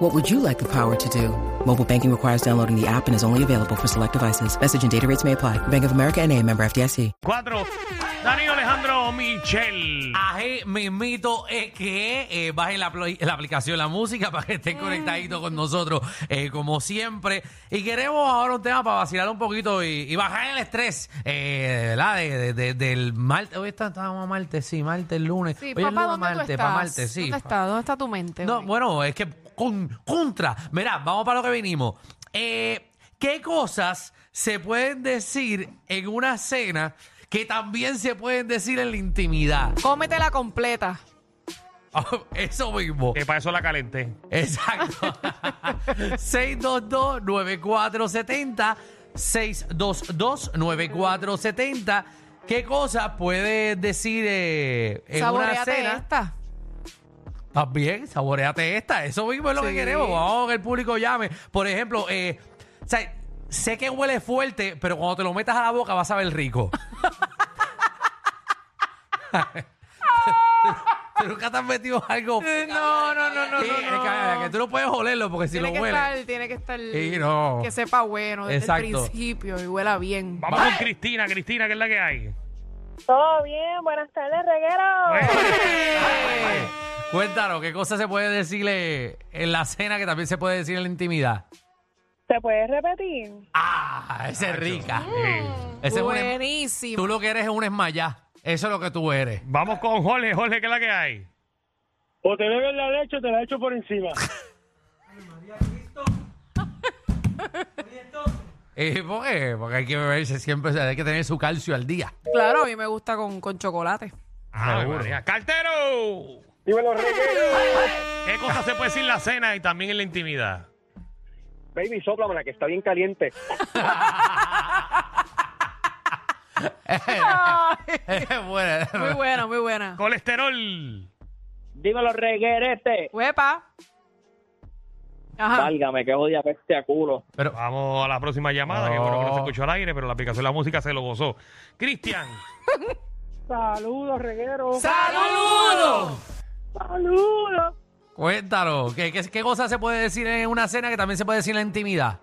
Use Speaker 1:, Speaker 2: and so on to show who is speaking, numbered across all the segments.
Speaker 1: What would you like the power to do? Mobile banking requires downloading the app and is only available for select devices. Message and data rates may apply. Bank of America and a member FDIC.
Speaker 2: Cuatro, Dani Alejandro Michel.
Speaker 3: Ají, mismito es que eh, bajen la, pl- la aplicación La Música para que estén conectaditos con nosotros, eh, como siempre. Y queremos ahora un tema para vacilar un poquito y, y bajar el estrés, eh, ¿verdad? De- de- de- del martes. Hoy está- estábamos a martes, sí, martes, lunes.
Speaker 4: Sí,
Speaker 3: Hoy es
Speaker 4: papá,
Speaker 3: lunes,
Speaker 4: ¿dónde tú
Speaker 3: martes,
Speaker 4: estás?
Speaker 3: pa' martes, sí.
Speaker 4: ¿Dónde está? ¿Dónde está tu mente?
Speaker 3: No,
Speaker 4: hoy?
Speaker 3: bueno, es que con, contra. Mira, vamos para lo que vinimos. Eh, ¿Qué cosas se pueden decir en una cena que también se pueden decir en la intimidad?
Speaker 4: Cómetela completa.
Speaker 3: Oh, Eso mismo.
Speaker 2: Que para eso la calenté.
Speaker 3: Exacto. 622-9470. 622-9470. ¿Qué cosas puedes decir eh, en una
Speaker 4: Saboreate
Speaker 3: cena?
Speaker 4: esta.
Speaker 3: También, saboreate esta. Eso mismo es lo que
Speaker 4: Sí.
Speaker 3: queremos. Vamos, que el público llame. Por ejemplo, eh, o sea, sé que huele fuerte, pero cuando te lo metas a la boca vas a ver rico. ¿Tú nunca te has metido algo?
Speaker 4: No, no, no, no.
Speaker 3: Sí, es que,
Speaker 4: no,
Speaker 3: que tú no puedes olerlo porque si
Speaker 4: Tiene
Speaker 3: lo
Speaker 4: que
Speaker 3: hueles.
Speaker 4: estar, tiene que estar.
Speaker 3: Sí, no.
Speaker 4: Que sepa bueno desde el
Speaker 3: Exacto.
Speaker 4: principio y huela bien.
Speaker 2: Vamos con Cristina, Cristina, que es la que hay.
Speaker 5: Todo bien, buenas tardes, reguero.
Speaker 3: ¡Eh! Cuéntanos, ¿qué cosa se puede decirle en la cena que también se puede decir en la intimidad?
Speaker 5: ¿Se puede repetir?
Speaker 3: ¡Ah! Esa es rica.
Speaker 2: Sí.
Speaker 3: Ese es un em-
Speaker 4: Buenísimo.
Speaker 3: tú lo que eres es un esmayá. Eso es lo que tú eres.
Speaker 2: Vamos con Jorge, Jorge, que es la que hay.
Speaker 6: O te beben la leche o te la echo por encima.
Speaker 3: Eh, ¿Por qué? Porque hay que beberse siempre, o sea, hay que tener su calcio al día.
Speaker 4: Claro, a mí me gusta con, con chocolate.
Speaker 2: Ave María. Ah, ¡Cartero!
Speaker 6: Dímelo, reguero.
Speaker 2: ¿Qué cosas se puede decir en la cena y también en la intimidad?
Speaker 6: Baby, sóplamela, que está bien caliente.
Speaker 3: Bueno,
Speaker 4: Muy buena, muy buena.
Speaker 2: Colesterol.
Speaker 6: Dímelo, reguerete.
Speaker 4: Huepa. Ajá.
Speaker 6: Válgame, que odia peste a culo.
Speaker 3: pero,
Speaker 2: Vamos a la próxima llamada, que
Speaker 3: No.
Speaker 2: bueno que
Speaker 6: Oh.
Speaker 2: no se escuchó al aire, pero la aplicación de la música se lo gozó. Cristian.
Speaker 6: Saludos, reguero.
Speaker 4: ¡Saludos!
Speaker 5: Saludos.
Speaker 3: cuéntanos, ¿qué, qué, qué cosa se puede decir en una cena que también se puede decir en la intimidad?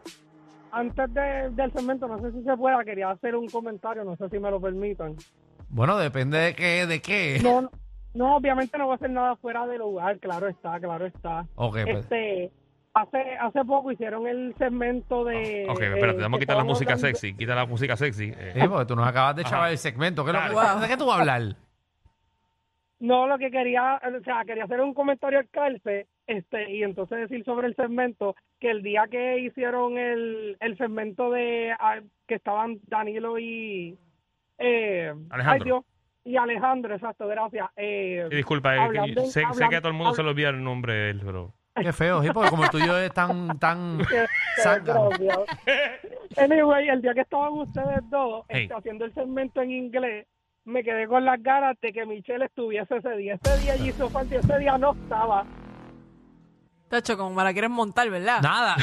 Speaker 6: Antes de- del segmento, no sé si se pueda, quería hacer un comentario, no sé si me lo permitan.
Speaker 3: Bueno, depende de qué, de qué.
Speaker 6: No, no, no, obviamente no voy a hacer nada fuera del lugar, claro está, claro está.
Speaker 3: Ok, pues.
Speaker 6: Este, hace, hace poco hicieron el segmento de...
Speaker 2: ok, espérate,
Speaker 6: eh,
Speaker 2: vamos a quitar la
Speaker 6: que estábamos
Speaker 2: música
Speaker 6: hablando-
Speaker 2: sexy. Quita la música sexy. Eh,
Speaker 3: Sí, porque tú nos acabas de echar el segmento. ¿Qué es lo que-
Speaker 2: Dale.
Speaker 3: ¿De qué tú vas a hablar?
Speaker 6: No, lo que quería, o sea, quería hacer un comentario al calce, este, y entonces decir sobre el segmento que el día que hicieron el, el segmento de ah, que estaban Danilo y eh,
Speaker 2: Alejandro.
Speaker 6: Dios, y Alejandro, exacto, gracias. eh,
Speaker 2: y disculpa, eh, que
Speaker 6: hablando-
Speaker 2: sé, sé que a
Speaker 6: hablando-
Speaker 2: todo el mundo se le olvida el nombre de él, pero...
Speaker 3: Qué feo, sí, porque como el tuyo es tan, tan zángano.
Speaker 6: Gracias. Anyway, el día que estaban ustedes dos
Speaker 2: Hey.
Speaker 6: este, haciendo el segmento en inglés, me quedé con las ganas de que Michelle estuviese ese día. Ese día allí hizo falta y ese día no estaba.
Speaker 4: Tacho, como me la quieres montar, ¿verdad?
Speaker 3: Nada.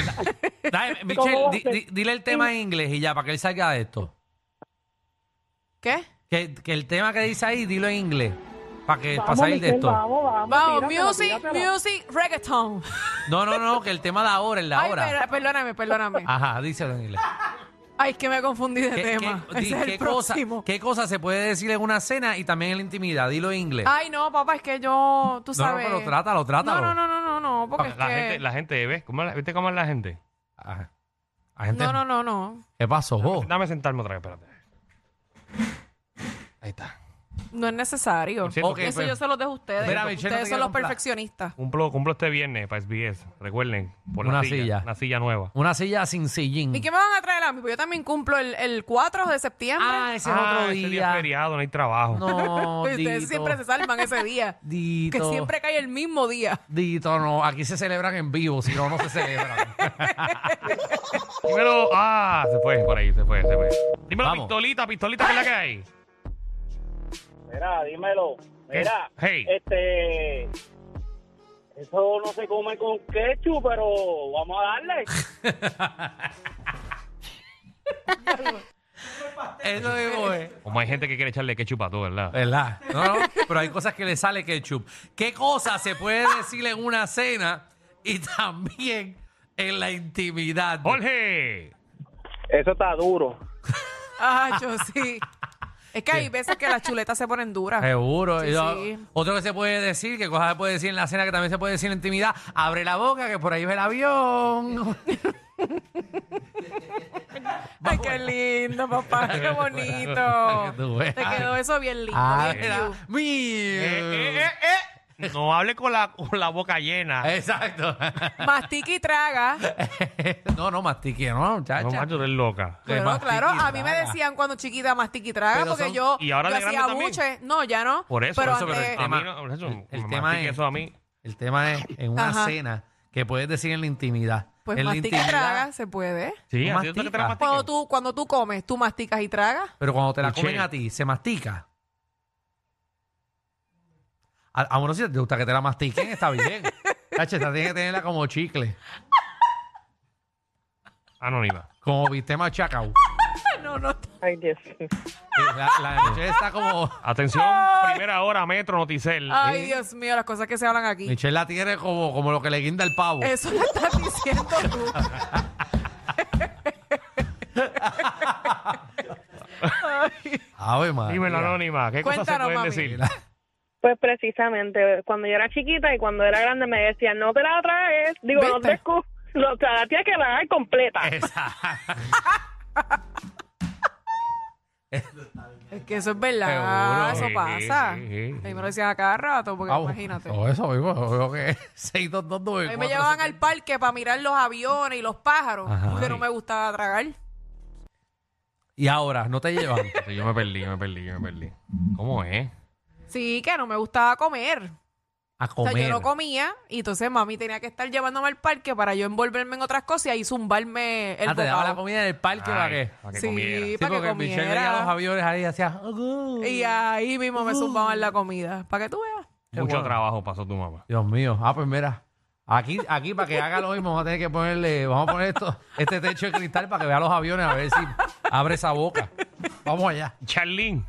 Speaker 3: Dale, Michelle,
Speaker 6: ¿Cómo
Speaker 3: di-
Speaker 6: va a
Speaker 3: di- dile el tema en inglés y ya, para que él salga de esto.
Speaker 4: ¿Qué?
Speaker 3: Que, que el tema que dice ahí, dilo en inglés. Para que para
Speaker 6: Vamos,
Speaker 3: salir de Eh,
Speaker 6: Michelle,
Speaker 3: esto.
Speaker 6: Vamos, vamos.
Speaker 4: Vamos,
Speaker 6: tíratela,
Speaker 4: music,
Speaker 6: tíratela.
Speaker 4: music, reggaeton.
Speaker 3: No, no, no, que el tema de ahora, el de
Speaker 4: Ay,
Speaker 3: ahora.
Speaker 4: per- perdóname, perdóname.
Speaker 3: Ajá, díselo en inglés.
Speaker 4: Ay, es que me confundí de
Speaker 3: ¿Qué,
Speaker 4: Este tema.
Speaker 3: qué- di-
Speaker 4: Ese es el
Speaker 3: qué cosa,
Speaker 4: próximo.
Speaker 3: qué cosa se puede decir en una cena y también en la intimidad? Dilo en inglés.
Speaker 4: Ay, no, papá, es que yo,
Speaker 3: no,
Speaker 4: tú
Speaker 3: no,
Speaker 4: sabes.
Speaker 3: pero trátalo, trátalo.
Speaker 4: No, no, no, no, no, no, porque es
Speaker 2: la,
Speaker 4: que...
Speaker 2: gente, la gente, ¿ves? ¿Cómo la- ¿Viste cómo es la gente?
Speaker 3: Ajá. La Ah, gente-
Speaker 4: No, no, no, no.
Speaker 3: ¿Qué pasó? jo?
Speaker 2: Dame sentarme otra vez, espérate. Ahí está.
Speaker 4: No es necesario.
Speaker 2: Por cierto,
Speaker 3: Ok,
Speaker 4: Eso
Speaker 3: pues-
Speaker 4: yo se los dejo a ustedes.
Speaker 3: Mira, Michelle, no te
Speaker 4: ustedes son
Speaker 3: quiero
Speaker 4: los
Speaker 3: comprar.
Speaker 4: perfeccionistas.
Speaker 2: Cumplo, cumplo este viernes para SBS. Recuerden, por
Speaker 3: Una
Speaker 2: la silla,
Speaker 3: silla.
Speaker 2: Una silla nueva.
Speaker 3: Una silla sin sillín.
Speaker 4: ¿Y qué me van a traer a mí? Porque yo también cumplo el, el 4 de septiembre.
Speaker 3: Ah, ese
Speaker 2: Ah,
Speaker 3: es otro
Speaker 2: ese
Speaker 3: día.
Speaker 2: es feriado, no hay trabajo.
Speaker 3: No,
Speaker 4: Y ustedes
Speaker 3: Dito.
Speaker 4: siempre se salvan ese día.
Speaker 3: Dito.
Speaker 4: que siempre cae el mismo día.
Speaker 3: Dito, no. Aquí se celebran en vivo, si no, no se celebran.
Speaker 2: Dímelo. Ah, se fue por ahí, se fue, se fue. Dímelo,
Speaker 3: Vamos.
Speaker 2: pistolita, pistolita, ¿qué es la que hay?
Speaker 7: Mira, dímelo.
Speaker 2: ¿Qué?
Speaker 7: Mira,
Speaker 2: Hey.
Speaker 6: eh,
Speaker 7: este. Eso no se come con ketchup, pero vamos a darle.
Speaker 3: Eso digo, eh.
Speaker 2: Como hay gente que quiere echarle ketchup a todo, ¿verdad?
Speaker 3: ¿Verdad? No, no, pero hay cosas que le sale ketchup. ¿Qué cosa se puede decir en una cena y también en la intimidad? Eh.
Speaker 2: Jorge.
Speaker 7: Eso está duro.
Speaker 4: Ah, yo sí. Es que hay veces que las chuletas se ponen duras.
Speaker 3: Seguro.
Speaker 4: Sí,
Speaker 3: Y yo-
Speaker 4: sí.
Speaker 3: Otro que se puede decir, que cosa se puede decir en la cena, que también se puede decir en la intimidad, abre la boca, que por ahí ve el avión.
Speaker 4: Ay, qué lindo, papá. Qué bonito.
Speaker 3: veas.
Speaker 4: Te quedó eso bien lindo.
Speaker 3: Ah,
Speaker 4: bien
Speaker 3: mira.
Speaker 4: cute.
Speaker 3: Mi-
Speaker 2: eh, No hable con la, con la boca llena.
Speaker 3: Eh, Exacto.
Speaker 4: Mastica y traga.
Speaker 3: no, no, mastique, no,
Speaker 2: No,
Speaker 3: muchacha.
Speaker 2: macho, tú eres loca.
Speaker 3: Que
Speaker 4: Bueno,
Speaker 3: mastique
Speaker 4: claro,
Speaker 3: y
Speaker 4: a mí me
Speaker 3: traga.
Speaker 4: decían cuando chiquita mastica y traga
Speaker 3: Pero
Speaker 4: porque
Speaker 3: son-
Speaker 4: yo,
Speaker 2: ¿y ahora
Speaker 4: yo
Speaker 2: de grande
Speaker 4: hacía
Speaker 2: también?
Speaker 4: buche. No, ya no.
Speaker 2: Por eso,
Speaker 4: pero
Speaker 2: por eso, pero
Speaker 4: antes-
Speaker 2: a mí
Speaker 3: tema-
Speaker 2: no, por eso,
Speaker 3: el- el
Speaker 2: me
Speaker 3: tema
Speaker 2: mastique
Speaker 3: es-
Speaker 2: eso a mí.
Speaker 3: El tema es en una
Speaker 4: Ajá.
Speaker 3: cena que puedes decir en la intimidad.
Speaker 4: pues
Speaker 3: en la
Speaker 4: mastica y
Speaker 3: intimidad,
Speaker 4: traga se puede.
Speaker 2: Sí,
Speaker 3: No
Speaker 2: a ti te gusta que te la
Speaker 3: mastica.
Speaker 2: mastiquen.
Speaker 4: Cuando tú, cuando tú comes, tú masticas y tragas.
Speaker 3: Pero cuando te la
Speaker 2: Michelle.
Speaker 3: comen a ti, se mastica. A, a uno si te gusta que te la mastiquen, está bien. Cacho, esta tiene que tenerla como chicle,
Speaker 2: Anónima.
Speaker 3: como viste machacao.
Speaker 4: No, no.
Speaker 5: Ay, Dios.
Speaker 3: La, la de Michelle está como.
Speaker 2: Atención, primera hora, Metro, Noticel.
Speaker 4: Ay, Dios mío, las cosas que se hablan aquí.
Speaker 3: Michelle la tiene como, como lo que le guinda el pavo.
Speaker 4: Eso lo estás diciendo tú.
Speaker 3: Ave madre.
Speaker 2: Dímelo, Anónima, ¿qué cosas se
Speaker 4: Cuéntanos,
Speaker 2: pueden
Speaker 4: mami.
Speaker 2: decir?
Speaker 5: Pues precisamente, cuando yo era chiquita y cuando era grande me decían, no te la traes. Digo, no
Speaker 4: ¿Viste?
Speaker 5: te escu- no, o sea, la tienes que tragar completa.
Speaker 3: Esa.
Speaker 4: Es que eso es verdad,
Speaker 3: Seguro.
Speaker 4: eso pasa.
Speaker 2: Sí, sí, sí.
Speaker 4: A mí me lo decían a cada rato, porque
Speaker 3: Vamos.
Speaker 4: Pues imagínate.
Speaker 3: O eso mismo, o que
Speaker 4: A
Speaker 3: 6229470.
Speaker 4: mí me llevaban al parque para mirar los aviones y los pájaros,
Speaker 3: Ajá.
Speaker 4: porque no me gustaba tragar.
Speaker 3: Y ahora, ¿no te llevan?
Speaker 2: Sí, Yo me perdí, me perdí, me perdí. ¿Cómo es?
Speaker 4: Sí, que no me gustaba comer.
Speaker 3: A
Speaker 4: O sea,
Speaker 3: comer.
Speaker 4: yo no comía y entonces mami tenía que estar llevándome al parque para yo envolverme en otras cosas y ahí zumbarme el
Speaker 3: ah, te daba la
Speaker 4: bocado.
Speaker 3: comida en el parque para
Speaker 2: Ay,
Speaker 3: qué.
Speaker 2: Para que
Speaker 4: Sí.
Speaker 2: comiera.
Speaker 3: Sí,
Speaker 4: para que
Speaker 3: porque Michelle
Speaker 4: comiera.
Speaker 3: veía los aviones ahí y hacía. "Ujú".
Speaker 4: Y ahí mismo me zumbaban la comida, para que tú veas.
Speaker 3: Qué
Speaker 2: Mucho
Speaker 3: bueno.
Speaker 2: trabajo pasó tu mamá.
Speaker 3: Dios mío. Ah, pues mira. Aquí, aquí para que haga lo mismo, vamos a tener que ponerle, vamos a poner esto, este techo de cristal para que vea los aviones a ver si abre esa boca. Vamos allá.
Speaker 2: Charlene.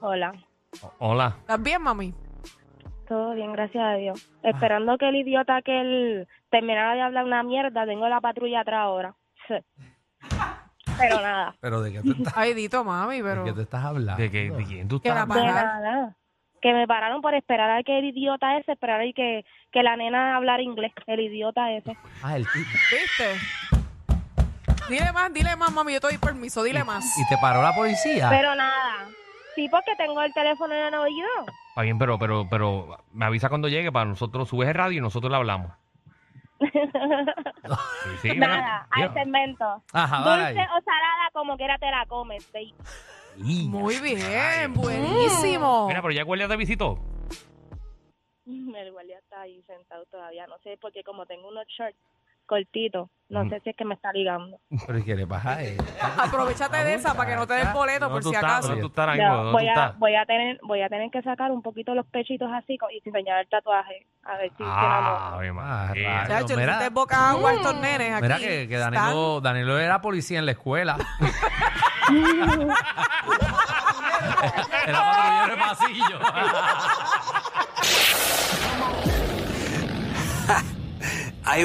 Speaker 5: Hola.
Speaker 2: O- Hola.
Speaker 4: ¿Estás bien, mami?
Speaker 5: Todo bien, gracias a Dios. Esperando que el idiota que él terminara de hablar una mierda, tengo la patrulla atrás ahora. Sí. Pero nada.
Speaker 3: Pero de qué tú estás,
Speaker 4: Ay, Dito, mami,
Speaker 3: de
Speaker 4: pero...
Speaker 3: qué tú estás hablando.
Speaker 2: ¿De, qué, ¿De quién tú
Speaker 4: Que la
Speaker 2: estás?
Speaker 5: De
Speaker 4: Ajá.
Speaker 5: nada. Que me pararon por esperar a que el idiota ese, esperar y que, que la nena hablara inglés, el idiota ese.
Speaker 3: Ah, el tipo.
Speaker 4: ¿Viste? Dile más, dile más, mami, yo te doy permiso, dile más.
Speaker 3: Y te paró la policía.
Speaker 5: Pero nada. Sí, porque tengo el teléfono en el oído.
Speaker 2: Está bien, pero, pero, pero me avisa cuando llegue para nosotros. Subes el radio y nosotros le hablamos. Sí, sí, mira.
Speaker 5: nada, este al segmento.
Speaker 3: Ajá, dale
Speaker 5: Dulce
Speaker 4: oh.
Speaker 3: ahí.
Speaker 5: o salada, como quiera te la comes. baby.
Speaker 4: Muy bien, buenísimo.
Speaker 2: Mira, pero ya guardia te visitó.
Speaker 5: El guardia está ahí sentado todavía. No sé, porque como tengo unos shorts cortitos, no sé si es que me está ligando.
Speaker 3: Pero ¿y ¿qué le pasa a él?
Speaker 4: Aprovechate de esa para que no te den boleto
Speaker 3: No,
Speaker 4: por
Speaker 3: tú
Speaker 4: si
Speaker 3: estás-
Speaker 4: acaso.
Speaker 2: ¿Dónde tú estás ahora
Speaker 5: Ya,
Speaker 2: mismo? ¿Dónde
Speaker 5: voy,
Speaker 2: tú
Speaker 5: a,
Speaker 2: estás?
Speaker 5: voy, a tener, voy a tener que sacar un poquito los pechitos así co- y enseñar el tatuaje. A ver si tiene
Speaker 2: Ah,
Speaker 5: amor.
Speaker 2: Ave
Speaker 3: Ah,
Speaker 2: María.
Speaker 3: rayos.
Speaker 4: Chacho,
Speaker 3: Mira.
Speaker 4: no te boca agua a estos nenes aquí.
Speaker 3: Mira que, que
Speaker 4: Están-
Speaker 3: Danilo, Danilo era policía en la escuela. era patrullero de pasillo.
Speaker 8: Hay